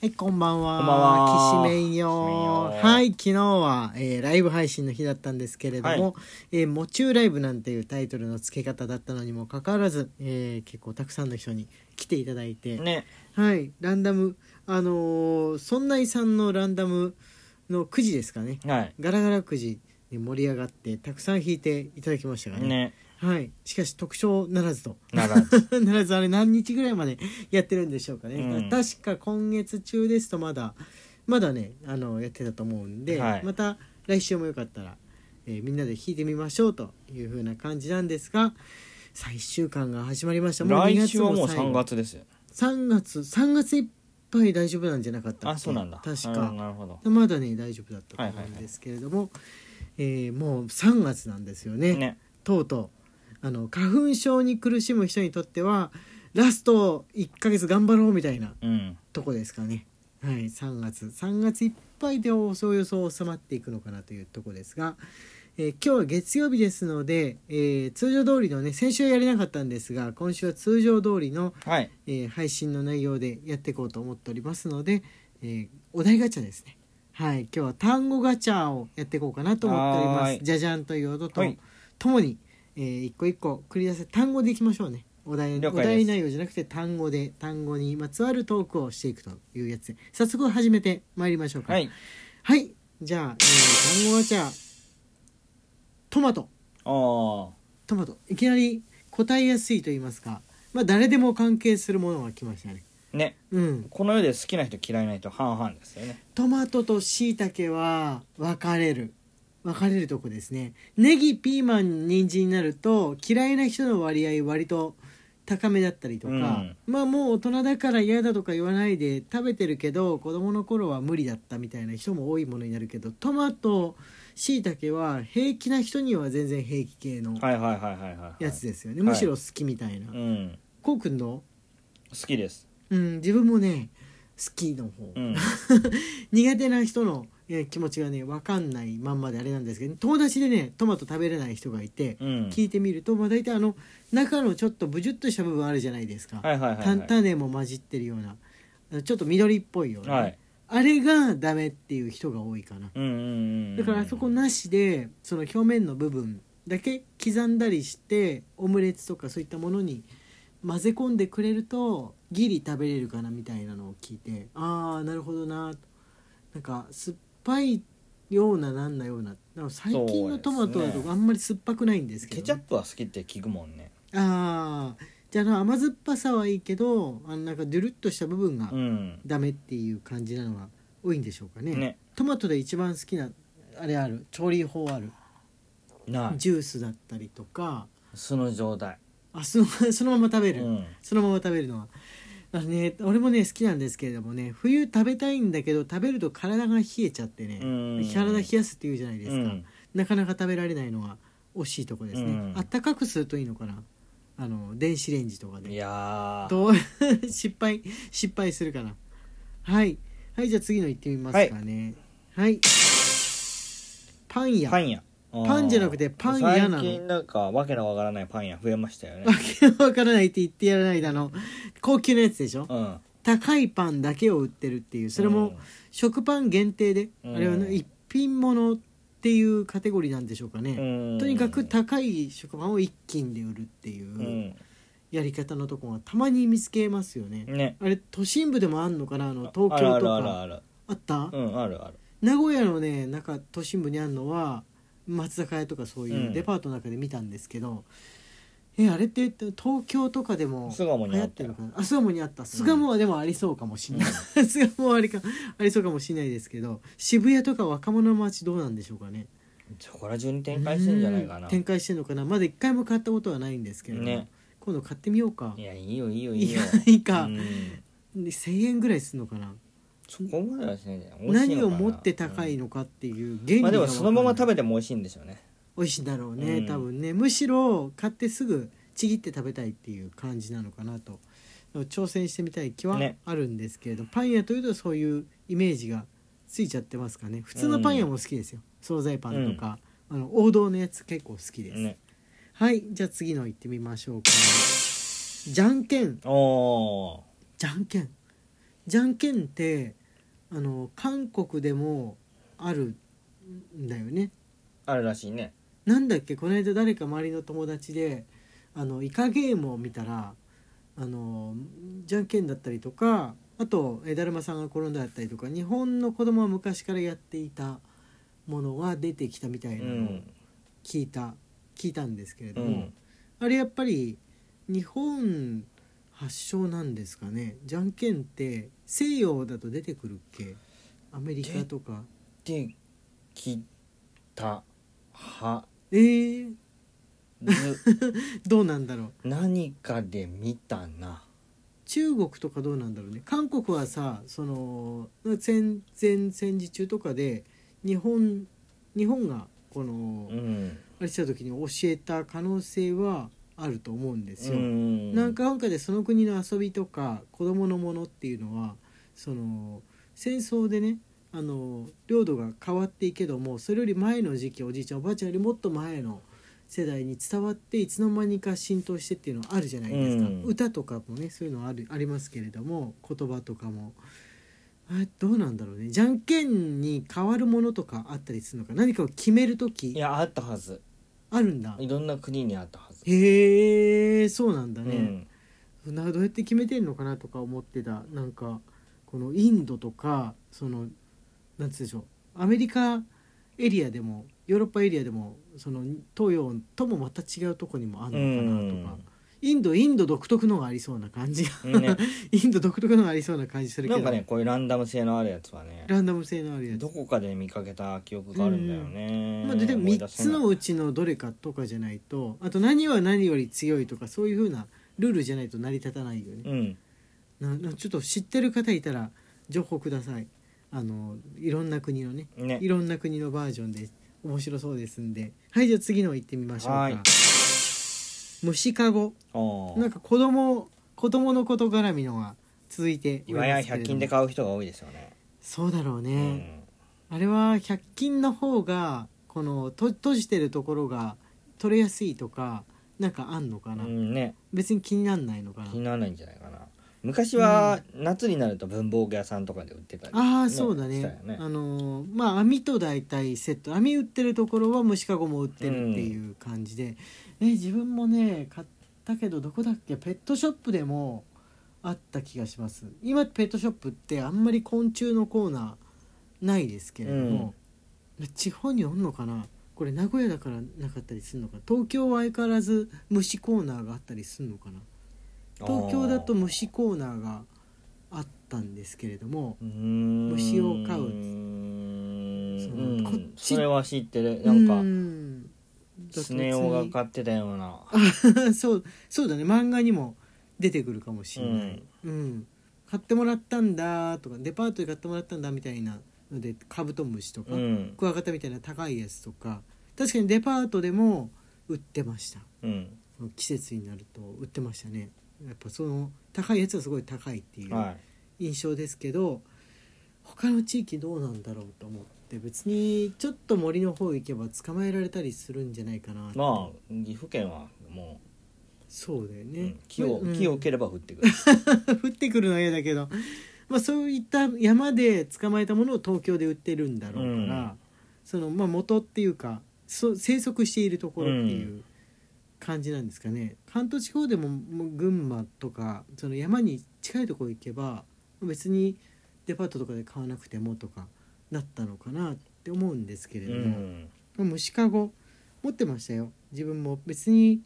はい、こんばんは。こんばんはきしめきんよしめんよ。はい、昨日は、えーライブ配信の日だったんですけれども、はえー、もちゅうライブなんていうタイトルの付け方だったのにもかかわらず、えー結構たくさんの人に来ていただいて、ねはい、ランダム、あのー、そんないさんのランダムのくじですかね、はいガラガラくじで盛り上がって、たくさん弾いていただきましたがね。ねはい、しかし特賞ならずと。ならず ならずあれ何日ぐらいまでやってるんでしょうかね、うん確か今月中ですとまだまだねあのやってたと思うんで、はいまた来週もよかったら、えーみんなで弾いてみましょうという風な感じなんですが最終間が始まりましたもう2来週はもう月も3月ですよ3月3月いっぱい大丈夫なんじゃなかったっけあそうなんだ確か、うんなるほどまだね大丈夫だったとはい思はいはいうんですけれども、えーもう3月なんですよねねとうとうあの花粉症に苦しむ人にとってはラスト1ヶ月頑張ろうみたいなうんとこですかねはい3月3月いっぱいでおそう予想収まっていくのかなというとこですが、えー今日は月曜日ですので、えー通常通りのね先週やれなかったんですが今週は通常通りの、はいえー配信の内容でやっていこうと思っておりますので、えーお題ガチャですねはい今日は単語ガチャをやっていこうかなと思っておりまはすーいじゃじゃんという音と、はいともに、えー一個一個繰り出せ単語でいきましょうねお題お了解です題内容じゃなくて単語で単語にまつわるトークをしていくというやつで早速始めてまいりましょうかはいはいじゃあ、えー単語ガチャトマトあートマトいきなり答えやすいと言いますかまあ誰でも関係するものが来ましたねねうんこの世で好きな人嫌いな人半々ですよねトマトと椎茸は分かれる分かれるとこですねネギピーマン人参になると嫌いな人の割合割と高めだったりとか、うんまあもう大人だから嫌だとか言わないで食べてるけど子供の頃は無理だったみたいな人も多いものになるけどトマト椎茸は平気な人には全然平気系のはいはいはいはいはいはいやつですよね、はいむしろ好きみたいうな、んこうくんの、好きですうん、自分もね好きの方、うん苦手な人のえー気持ちがね分かんないまんまであれなんですけど友達でねトマト食べれない人がいて、うん聞いてみると、まあ、大体あの中のちょっとブジュッとした部分あるじゃないですか、はいはいはい単は種も混じってるようなあのちょっと緑っぽいよういな、はいあれがダメっていう人が多いかな、うんうんうんだからあそこなしでその表面の部分だけ刻んだりしてオムレツとかそういったものに混ぜ込んでくれるとギリ食べれるかなみたいなのを聞いてああなるほどなとなんか酸っぱいようななんなようななんか最近のトマそトだうですとねあんまり酸っぱくないんですけケどチャね、ップは好きって聞くもんねああじゃああの甘酸っぱさはいいけどあのなんかドゥルッとした部分がうんダメっていう感じなのは多いんでしょうかねねトマトで一番好きなあれある調理法あるないジュースだったりとかその状態あその そのまま食べうる、んそのまま食べるのはあのね俺もね好きなんですけれどもね冬食べたいんだけど食べると体が冷えちゃってねうん体冷やすっていうじゃないですうか、んなかなか食べられないのは惜しいとこですうね、んあったかくするといいのかなあの電子レンジとかでいやーと 失敗失敗するかなはいはいじゃあ次の行ってみますかねはい、パン屋パン屋パンじゃなくてパン屋なの最近なんかわけのわからないパン屋増えましたよ ねわけのわからないって言ってやらないだの高級なやつでしょうん高いパンだけを売ってるっていうそれも食パン限定で、うんあれはね一品物っていうカテゴリーなんでしょうかうね、んとにかく高い食パンを一斤で売るっていううんやり方のとこがたまに見つけますよね、ねあれ都心部でもあんのかなあのあ東京あとるあるあかるあったうんあるある名古屋のねなんか都心部にあるのは松坂屋とかそういううんデパートの中で見たんですけど、えあれって東京とかでも巣鴨にあった流よ行るのかなあ巣鴨にあった巣鴨はでもありそうかもしれない、 巣鴨はありかありそうかもしれないですけど渋谷とか若者の街どうなんでしょうかねそこら中に展開してんじゃないかうなん展開してんのかなまだ一回も買ったことはないんですけれども、ね今度買ってみようかいやいいよいいよいいいよやいいか、うんで1,000円ぐらいするのかなそこまではしないんじゃない美味しい何のをかな持って高いのかっていう原理まあでもがわかんないそのまま食べても美味しいんでしょうね美味しいんだろうね、うん多分ねむしろ買ってすぐちぎって食べたいっていう感じなのかなと挑戦してみたい気はねあるんですけれど、パン屋というとそういうイメージがついちゃってますかね普通のパン屋も好きですよ、惣菜パンとか、あの王道のやつ結構好きです、ねはいじゃあ次の行ってみましょうかじゃんけんおーじゃんけんじゃんけんってあの韓国でもあるんだよねあるらしいねなんだっけこの間誰か周りの友達であのイカゲームを見たらあのじゃんけんだったりとかあとえだるまさんが転んだだったりとか日本の子供は昔からやっていたものが出てきたみたういなのをん聞いた、聞いたんですけれうども、んあれやっぱり日本発祥なんですかねじゃんけんって西洋だと出てくるっけアメリカとかできたはえー、ずどうなんだろう何かで見たな中国とかどうなんだろうね韓国はさその戦前戦時中とかで日本日本がこのうんあれした時に教えた可能性はあると思うんですよ。うんなんかなんかでその国の遊びとか子供のものっていうのはその戦争でねあの領土が変わっていけどもそれより前の時期おじいちゃんおばあちゃんよりもっと前の世代に伝わっていつの間にか浸透してっていうのはあるじゃないですか、うん歌とかもねそういうのあるありますけれども言葉とかも。あれどうなんだろうねじゃんけんに変わるものとかあったりするのか何かを決める時いやあったはずあるんだいろんな国にあったはずへえそうなんだうね、ん なんかどうやって決めてんのかなとか思ってたなんかこのインドとかそのなんつうんでしょうアメリカエリアでもヨーロッパエリアでもその東洋ともまた違うとこにもあるのかなとか、インドインド独特のがありそうな感じがうんね インド独特のがありそうな感じするけなどんかねこういうランダム性のあるやつはねランダム性のあるやつどこかで見かけた記憶があるんだよね、まあ、ででも思い出3せつないのうちのどれかとかじゃないとあと何は何より強いとかそういうふうなルールじゃないと成り立たないよね。うんななちょっと知ってる方いたら情報くださいあのいろんな国のねねいろんな国のバージョンで面白そうですんではいじゃあ次の行ってみましょうはいか虫かごあーなんか子供子供のこと絡みのが続いており今やますけれ100ど均もで買う人が多いですよね、そうだろううね、んあれは100均の方がこのと閉じてるところが取れやすいとかなんかあんのかうな、んね別に気になんないのかな気にならないんじゃないかな昔は夏になると文房具屋さんとかで売ってたり、ああそうだねしたよねあのーまあ網と大体セット網売ってるところは虫かごも売ってるっていう感じで、ね自分もね買ったけどどこだっけペットショップでもあった気がします今ペットショップってあんまり昆虫のコーナーないですけれども、地方におんのかなこれ名古屋だからなかったりするのか東京は相変わらず虫コーナーがあったりするのかな東京だと虫コーナーがあったんですけれども、虫虫を飼ううそのんこっちそれは知ってるなんうかんスネ夫が飼ってたような そうそうだね漫画にも出てくるかもしれない、うん買ってもらったんだとかデパートで買ってもらったんだみたいなのでカブトムシとか、うんクワガタみたいな高いやつとか確かにデパートでも売ってましたうん季節になると売ってましたねやっぱその高いやつはすごい高いっていうは印象ですけど、他の地域どうなんだろうと思って別にちょっと森の方行けば捕まえられたりするんじゃないかなっいてまあ岐阜県はもそうだよう、うねん、木をうん木を受ければ降ってくる 降ってくるのは嫌だけど、まあ、そういった山で捕まえたものを東京で売ってるんだろうから、うんそのまあ元っていうかそ生息しているところっていうう感じなんですかね、関東地方でももう群馬とかその山に近いところ行けば別にデパートとかで買わなくてもとかなったのかなって思うんですけれうども。ん虫かご持ってましたよ自分も別に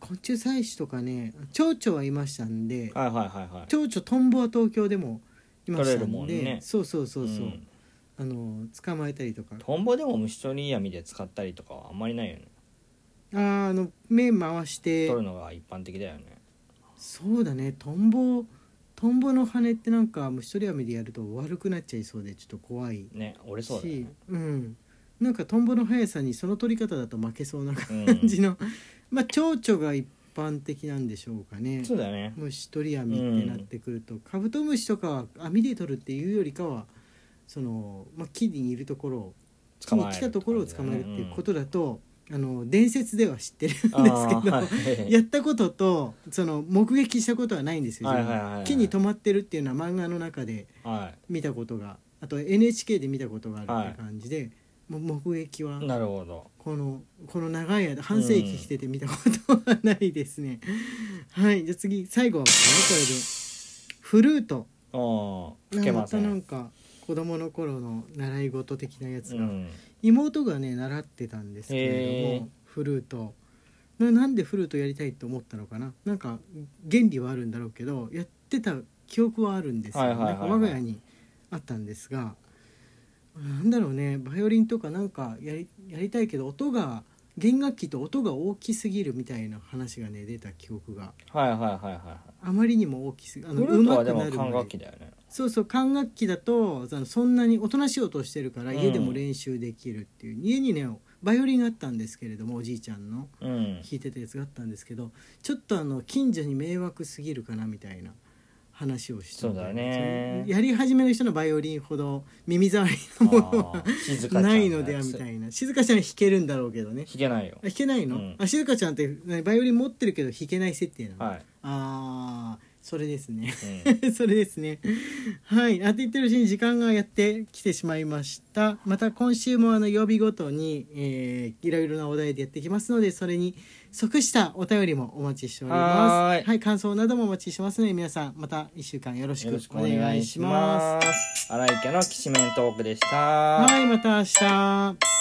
昆虫採取とかね蝶々はいましたんではいはいはいはい蝶々トンボは東京でもいました取れるもんんでねそうそうそうそう、んあの捕まえたりとかトンボでも虫取り網で使ったりとかはあんまりないよねあーあの目回して取るのが一般的だよねそうだねトンボトンボの羽ってなんか虫取り網でやると悪くなっちゃいそうでちょっと怖いね折れしそうだよねうんなんかトンボの速さにその取り方だと負けそうな感 うんじの、まあ蝶々が一般的なんでしょうかねそうだよね虫取り網ってなってくると、カブトムシとかは網で取るっていうよりかはその、まあ、木にいるところを木捕まえにる来たところを捕まえるっていうことだと、あの伝説では知ってるんですけど、あーはいやったこととその目撃したことはないんですよ、はいはいはいはい木に止まってるっていうのは漫画の中では見たことがあと NHK で見たことがあるって感じで、もう目撃はいなるほどこのこの長い間半世紀来てて見たことはないですね、はいじゃあ次最後はこれでフルートああな吹けませたなんん、か子供の頃の習い事的なやつうが、ん、妹がね習ってたんですけれどへーもフルートななんでフルートやりたいと思ったのかななんか原理はあるんだろうけどやってた記憶はあるんですよ、はいはいはいはいなんか我が家にあったんですがなんだろうねバイオリンとかなんかやりやりたいけど音が弦楽器と音が大きすぎるみたいな話がね出た記憶がはいはいはいはあまりにも大きすぎあいフルートは上手でくなもるま管楽器だよねそうそう管楽器だとあのそんなにおとなしい音をしてるからうん家でも練習できるっていう、家にねバイオリンがあったんですけれどもおじいちゃんのうん弾いてたやつがあったんですけどちょっとあの近所に迷惑すぎるかなみたいな話をしててそうだねそのやり始める人のバイオリンほど耳障ありのものはー静香ちゃんないのではみたないな静香ちゃんは弾けるんだろうけどね弾けないよあ弾けないの、うんあ静香ちゃんって何バイオリン持ってるけど弾けない設定なの、はい、あーそれですねうん、 それですね。はい。あて言ってるうちに時間がやってきてしまいました。また今週もあの曜日ごとに、えーいろいろなお題でやってきますので、それに即したお便りもお待ちしております。はーいはい。感想などもお待ちしてますので、皆さんまた1週間よろしよろくしくおお願願いいしします。ます。荒井家のきしめんトークでした。はい。また明日。